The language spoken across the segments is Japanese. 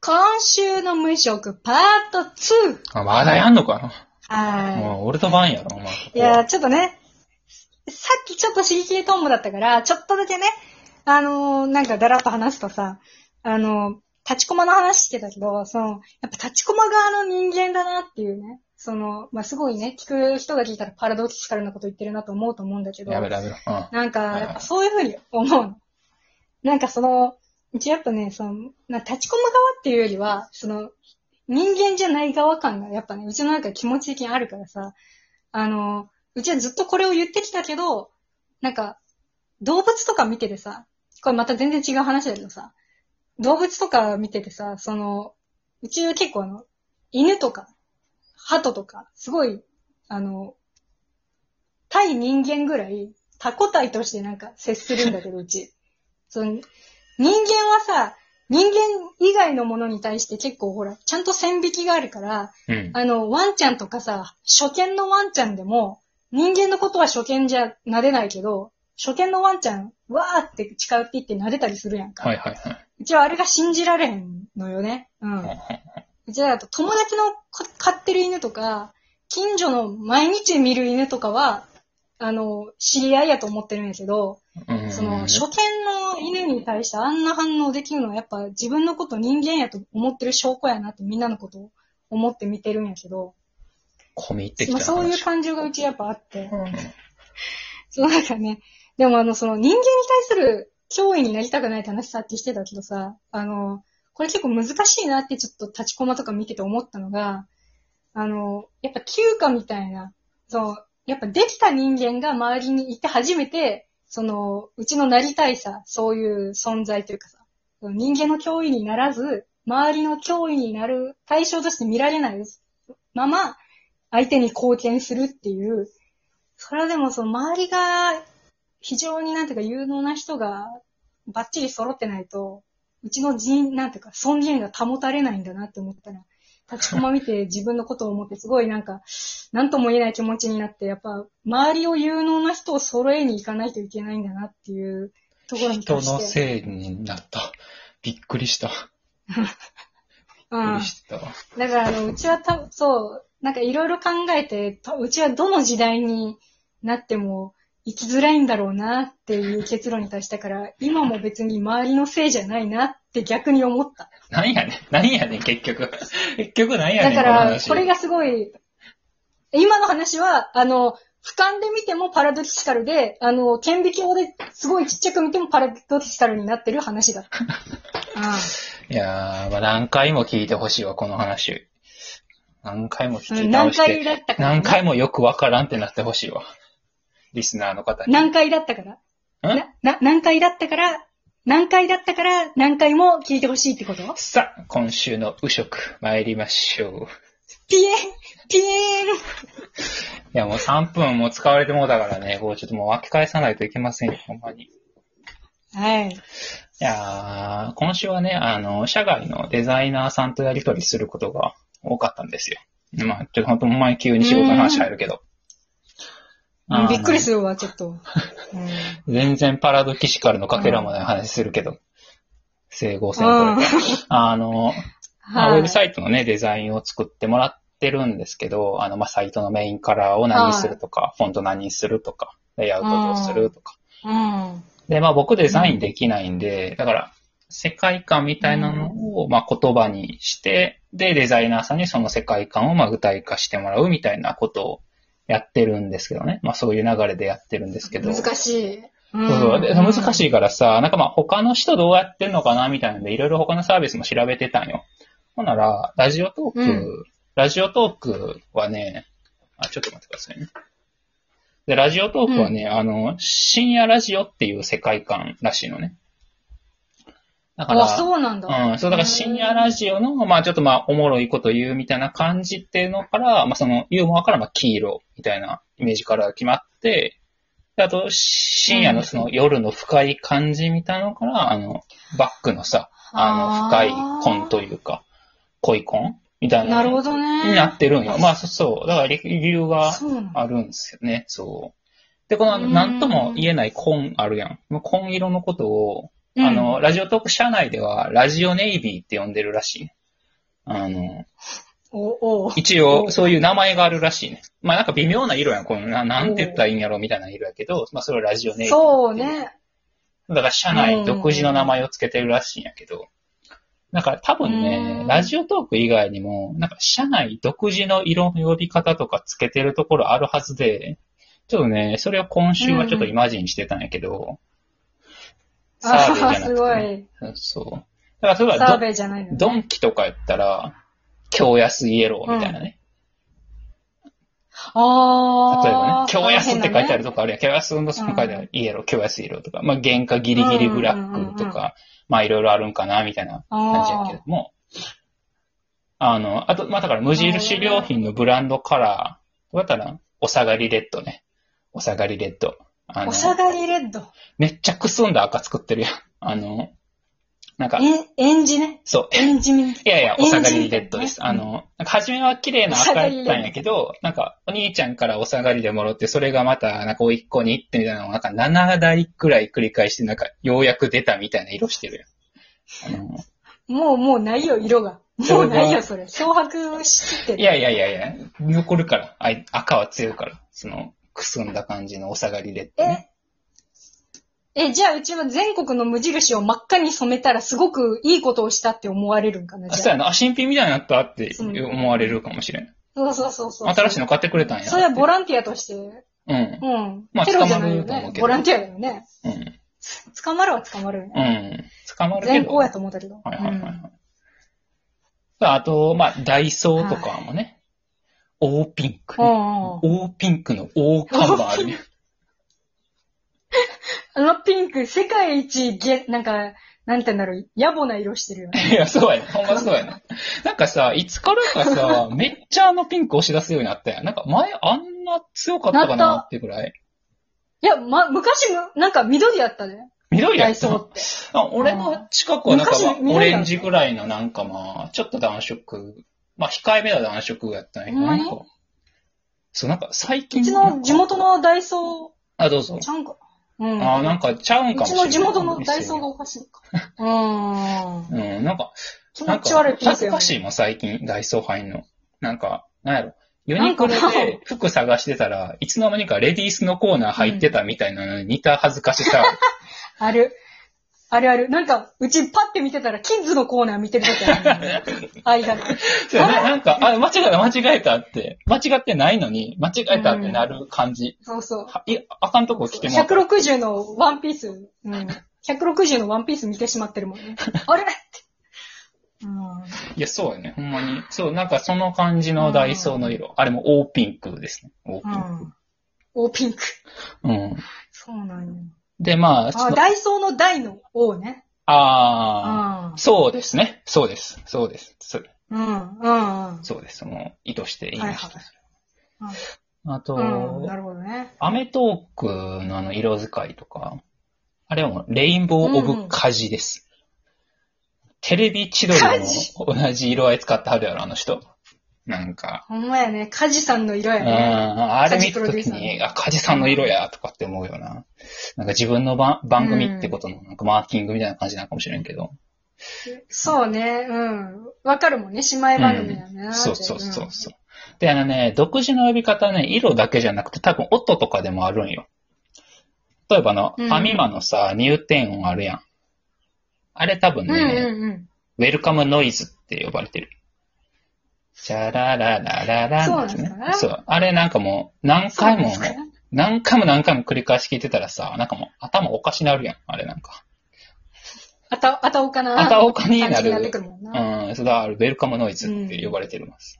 今週の無職パート2。あまだやんのかはもう俺と番やろ、お前。い。いやー、ちょっとね、さっきちょっと刺激トンボだったから、ちょっとだけね、あのーなんかだらっと話すとさ、あのー立ちコマの話してたけど、その、やっぱ立ちコマ側の人間だなっていうね、その、まあ、すごいね、聞く人が聞いたらパラドキシカルなこと言ってるなと思うと思うんだけど、やめろやめろ。うん。なんか、いやっぱそういうふうに思うの。なんかその、うちやっぱね、その、な立ち込む側っていうよりは、その、人間じゃない側感がやっぱね、うちの中で気持ち的にあるからさ、あの、うちはずっとこれを言ってきたけど、なんか、動物とか見ててさ、これまた全然違う話だけどさ、動物とか見ててさ、その、うちは結構あの、犬とか、鳩とか、すごい、あの、対人間ぐらい、タコ対としてなんか接するんだけど、うち。 その、人間はさ、人間以外のものに対して結構ほら、ちゃんと線引きがあるから、うん。あの、ワンちゃんとかさ、初見のワンちゃんでも、人間のことは初見じゃ撫でないけど、初見のワンちゃん、わーって近寄っていって撫でたりするやんか。はいはいはい。うちはあれが信じられへんのよね。う。うんんうちだと友達のこ飼ってる犬とか、近所の毎日見る犬とかは、あの、知り合いやと思ってるんやけど、うん。その、初見の犬に対してあんな反応できるのはやっぱ自分のこと人間やと思ってる証拠やなってみんなのことを思って見てるんやけど、込み入ってきまたあ、な。そういう感情がうちやっぱあって、うん そのなんかね、でもあの、その人間に対する脅威になりたくないって話さっきしてたけどさ、あの、これ結構難しいなってちょっと立ちコマとか見てて思ったのが、あの、やっぱ休暇みたいな、そう、やっぱできた人間が周りにいて初めて、その、うちのなりたいさ、そういう存在というかさ、その人間の脅威にならず、周りの脅威になる対象として見られないまま、相手に貢献するっていう、それはでもその周りが非常になんていうか有能な人がバッチリ揃ってないと、うちの人、なんていうか尊厳が保たれないんだなって思ったら、立ちこま見 て自分のことを思ってすごいなんか、なんとも言えない気持ちになって、やっぱ周りを有能な人を揃えに行かないといけないんだなっていうところに人関して。のせいになった。びっくりした。うびっくんり。したわ。だから、あの、うちはた、そう、なんかいろいろ考えて、たうちはどの時代になっても生きづらいんだろうなっていう結論に達したから、今も別に周りのせいじゃないなって逆に思った。なんやねん。なんやねん、結局。 結局なんやだねん、から、これがが。すごい、今の話は、あの、俯瞰で見てもパラドキシカルで、あの、顕微鏡ですごいちっちゃく見てもパラドキシカルになってる話だ った。うんいやー、まあ何回も聞いてほしいわ、この話。何回も聞うきん直難して。解だったから、何回もよくわからんってなってほしいわ。リスナーの方に。何回だったからんな、な、何回だったから、何回だったから、何回も聞いてほしいってことさあ、今週の右食、参りましょう。ピエンピエンいや、もう3分も使われてもうだからね、こうちょっともう分け返さないといけませんよ、ほんまに。いはい。やー、今週はね、あの、社外のデザイナーさんとやりとりすることが多かったんですよ。まあ、ちょっとほんと、前急に仕事の話入るけど。あのびっくりするわ、ちょっ と。うん全然パラドキシカルのかけらもない話するけど。整合性を取れて。あの、まあウェブサイトのね、デザインを作ってもらってるんですけど、あの、まあ、サイトのメインカラーを何にするとか、フォント何にするとか、レイアウトどうするとか。うん。で、まあ、僕デザインできないんで、だから、世界観みたいなのを、まあ、言葉にして、で、デザイナーさんにその世界観を、まあ、具体化してもらうみたいなことをやってるんですけどね。まあ、そういう流れでやってるんですけど。難しい。うんそうそうで難しい。いからさ、なんかまあ他の人どうやってんのかなみたいなんで、いろいろ他のサービスも調べてたんよ。ほんなら、ラジオトーク、うんラジオトークはね、あ、ちょっと待ってくださいね。で、ラジオトークはね、あの、深夜ラジオっていう世界観らしいのね。だから、あ、そうなんだ。うん、そう、だから深夜ラジオの、まあちょっとまあおもろいこと言うみたいな感じっていうのから、まあそのユーモアからまあ黄色みたいなイメージから決まって、であと深夜のその夜の深い感じみたいなのから、あの、バックのさ、あの深いコンというか、恋コンみたいななるのほどね。になってるんよ。まあそうそう、だから理理由がそうなんだ。あるんですよね、そう。で、このうんなんとも言えない紺あるやん。もう紺色のことを、あの、ラジオトーク社内では、ラジオネイビーって呼んでるらしいね。あの、お、おう一応、そういう名前があるらしいね。まあなんか微妙な色やん。このな、なんて言ったらいいんやろみたいな色やけど、まあそれはラジオネーム。そうね。だから社内独自の名前をつけてるらしいんやけど、なんか多分うねん、ラジオトーク以外にも、なんか社内独自の色の呼び方とかつけてるところあるはずで、ちょっとね、それを今週はちょっとイマジンしてたんやけど、サあーベイあ、じゃすなくごて、ね。い。そう。だからそれサはーベイじゃないの。ドドンキとかやったら、京安イエローみたいなね。ああ。例えばね、京安って書いてある。るとこあるやん。京安運動スの書いてある。イエロー、京安イエローとか、まあ、原価ギリギリブラックうんうんうんうとんか、まあ、いろいろあるんかな、みたいな感じやけあども。あの、あと、まあ、だから無印良品のブランドカラー、どうやったら、お下がりレッドね。お下がりレッド。ああ。のお、下がりレッド。めっちゃくすんだ赤作ってるやん。あの、なんか、え、えんじね。そう、えんじみ。いやいや、お下がりレッドです。エンあジンの、なんか初めは綺麗な赤やったんやけど、なんか、お兄ちゃんからお下がりでもろって、それがまた、なんか、おいっ子に行ってみたいなのを、なんか、7台くらい繰り返して、なんか、ようやく出たみたいな色してるやん。あのもう、もうないよ、色が。もうないよ、それ。漂白しきっている。やいやいやいや、残るから。あい赤は強いから。その、くすんだ感じのお下がりレッド、ね。え、え、じゃあ、うちは全国の無印を真っ赤に染めたら、すごくいいことをしたって思われるんかな、あ、じゃあそうやな。あ、新品みたいになったって思われるかもしれん。そうそうそうそう。新しいの買ってくれたんや。それはボランティアとして。ううん。ん。まあテロじゃないよ捕まると思うねけ。どボランティアだよね。うん。捕まるは捕まるようね。ん。捕まるけど。全校やと思ったけど。はいはいはいはういん。さああと、まあ、ダイソーとかもね、大ピンク、うね。んうん。大ピンクの大看板あるね。あのピンク、世界一げ、なんか、なんて言うんだろう、野暮な色してるよね。いや、そうやね。ほんまそうやね。なんかさ、いつからか さ、めっちゃあのピンク押し出すようになったやん。なんか前あんな強かったなかなったってぐらい。いや、ま、昔む、なんか緑やったね。緑やダイっソたーって。あ俺の近くはなんか、まあ昔緑オだったレンジぐらいのなんかまあ、ちょっと暖色、まあ控えめな暖色やったんやけど、ほんまなにんか、そうなんか最う近ちの地元のダイソあ、どうぞー、ち。ゃんか。うん。あーなんかちゃうんうかもしちれない。の地元のダイソーがおかしいのか。うーん。うん、なんか、気な持んちか悪い、ピン恥クずよねかしいもん、最近、ダイソー入んの。なんか、なんやろ。ユニクロなんかなで服探してたら、いつの間にかレディースのコーナー入ってたみたいなのに似た恥ずかし さ。ある。あるある。なんか、うちパッて見てたら、キッズのコーナー見てる時ある、 間が。そうななんか、あ、間違えた、間違えたって。間違ってないのに、間違えたってなる感じ。そうそう。はいあかんとこ来てもらった。 160のワンピース、うん。160のワンピース見てしまってるもん ね。あれって。うん。いや、そうやね。ほんまに。そう、なんかその感じのダイソーの色。あれも大ピンクですね。大ピうンク。ん。大ピンク。うん。そうなんよ。で、まあ、そあ、のダイソーの大の王ね。ああーそうですね。そうです。そうです。そうん。うん。うん。そうです。その意図して言いました。はいはいあと、うん。なるほどね。アメトークのあの色使いとか、あれはもうレインボー・オブ・カジです。テレビ千鳥カジも同じ色合い使ってはるやろ、あの人。なんか、ほんまやね。カジさんの色やうん、ね。あれ見たカジプロデュー時サーに、のあ、カジさんの色や、とかって思うよな。なんか自分の番番組ってことのなんかマーキングみたいな感じなのかもしれんけど。そうね。うん。わかるもんね。姉妹番組だね、そうそうそうそう。で、あのね、独自の呼び方ね、色だけじゃなくて多分音とかでもあるんよ。例えばあの、うんファミマのさ、入店音あるやん。あれ多分うね、んうんうん。ウェルカムノイズって呼ばれてる。チャララララランですねそうなんですかねそう。あれなんかもう、何回もそう、ですね何回も何回も繰り返し聞いてたらさ、なんかもう頭おかしなるやん、あれなんか。あた、あたおかな。あたおかにな感じる。にってくるもんな。うん、そうだ、あれウェルカムノイズって呼ばれてます。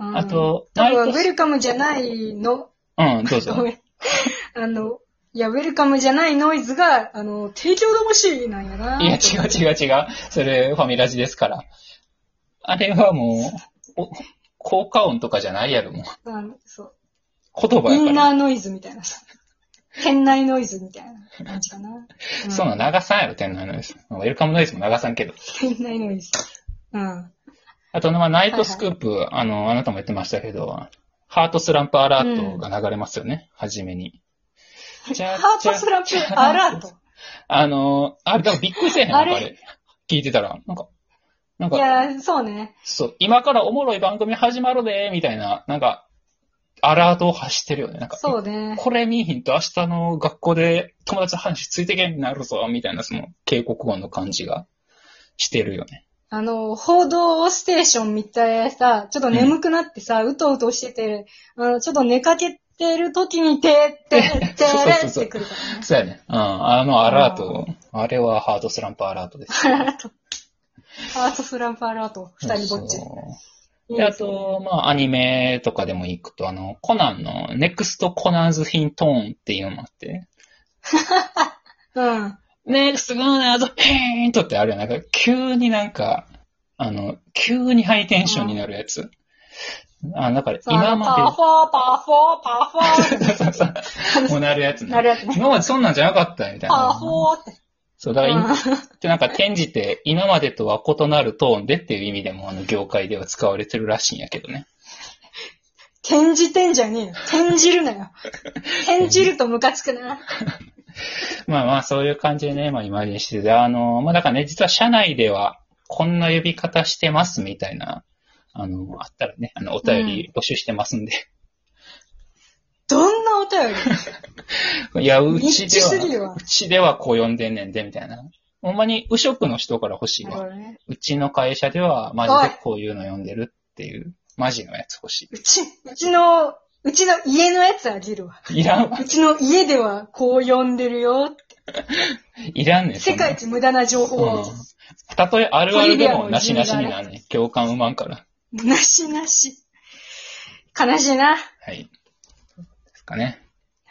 うんあ、と、多分、ウ毎ェ年ルカムじゃないの、うん、ど うぞご。めんあの、いや、ウェルカムじゃないノイズが、あの、提供魂なんやな。いや、違う違う違う。それ、ファミラジですから。あれはもう、お効果音とかじゃないやろ、もう。あのそう。言葉やイかンら。ナーノイズみたいなさ。店内ノイズみたいな感じかな。うんそうなの、流さんやろ、店内ノイズ。ウェルカムノイズも流さんけど。店内ノイズ。うん。あと、まあ、ナイトスクープ、あの、あなたも言ってましたけど、ハートスランプアラートが流れますよね、初めに。じゃハートスラップアラート。あの、あれ、だからびっくりせえへんの、ああれれ。聞いてたら、なんか、なんいか、やー、そうね。そう、今からおもろい番組始まるで、みたいな、なんか、アラートを発してるよね。なんか、そうね。これ見いひんと明日の学校で友達の話ついてけんなるぞ、みたいなその警告音の感じがしてるよね。あの、報道ステーション見てさ、ちょっと眠くなってさ、うとうとしてて、あの、ちょっと寝かけてる時に、てーって、てーて そうそうーっそうてくるからね。そうやね。うん。あのアラート、あれはハードスランプアラートです。アラート。アートスランプアラート。二人ぼっち。そうで、あと、まあ、アニメとかでも行くと、あの、コナンのネクストコナンズヒントーンっていうのもあって、うん。ネクストコナンズヒントってあるよ。なんか、急になんか、あの、急にハイテンションになるやつ。あ、だから、そうあ今のパフォまー、パフォー、パフォーで、そうそうそう、もうなるやつね。なるやつ ね。今までそんなんじゃなかったみたいパなフ。ォーって。そう、だからうん今、ってなんか転じて、今までとは異なるトーンでっていう意味でも、あの、業界では使われてるらしいんやけどね。 転じてんじゃねえよ。転じるな よ。転じるとムカつくな。まあまあ、そういう感じでね、まあ、イマジンしてて、あの、まあだからね、実は社内では、こんな呼び方してますみたいな、あの、あったらね、あの、お便り募集してますんで。 どんなお便りいや、うちでニッチすぎるはわ、うちではこう呼んでんねんで、みたいな。ほんまに、右職の人から欲しいなるほわ。どね。うちの会社では、マジでこういうの呼んでるっていう、マジのやつ欲しうち、うちの、うちの家のやつあげるわ。い。いらんわう。ちの家ではこう呼んでるよ。いらんねん。そん世な界一無駄な情報うをん。たとえあるあるでもなしなしになんねん。共感うまんから。なしなし。悲しいな。はい。ですかね。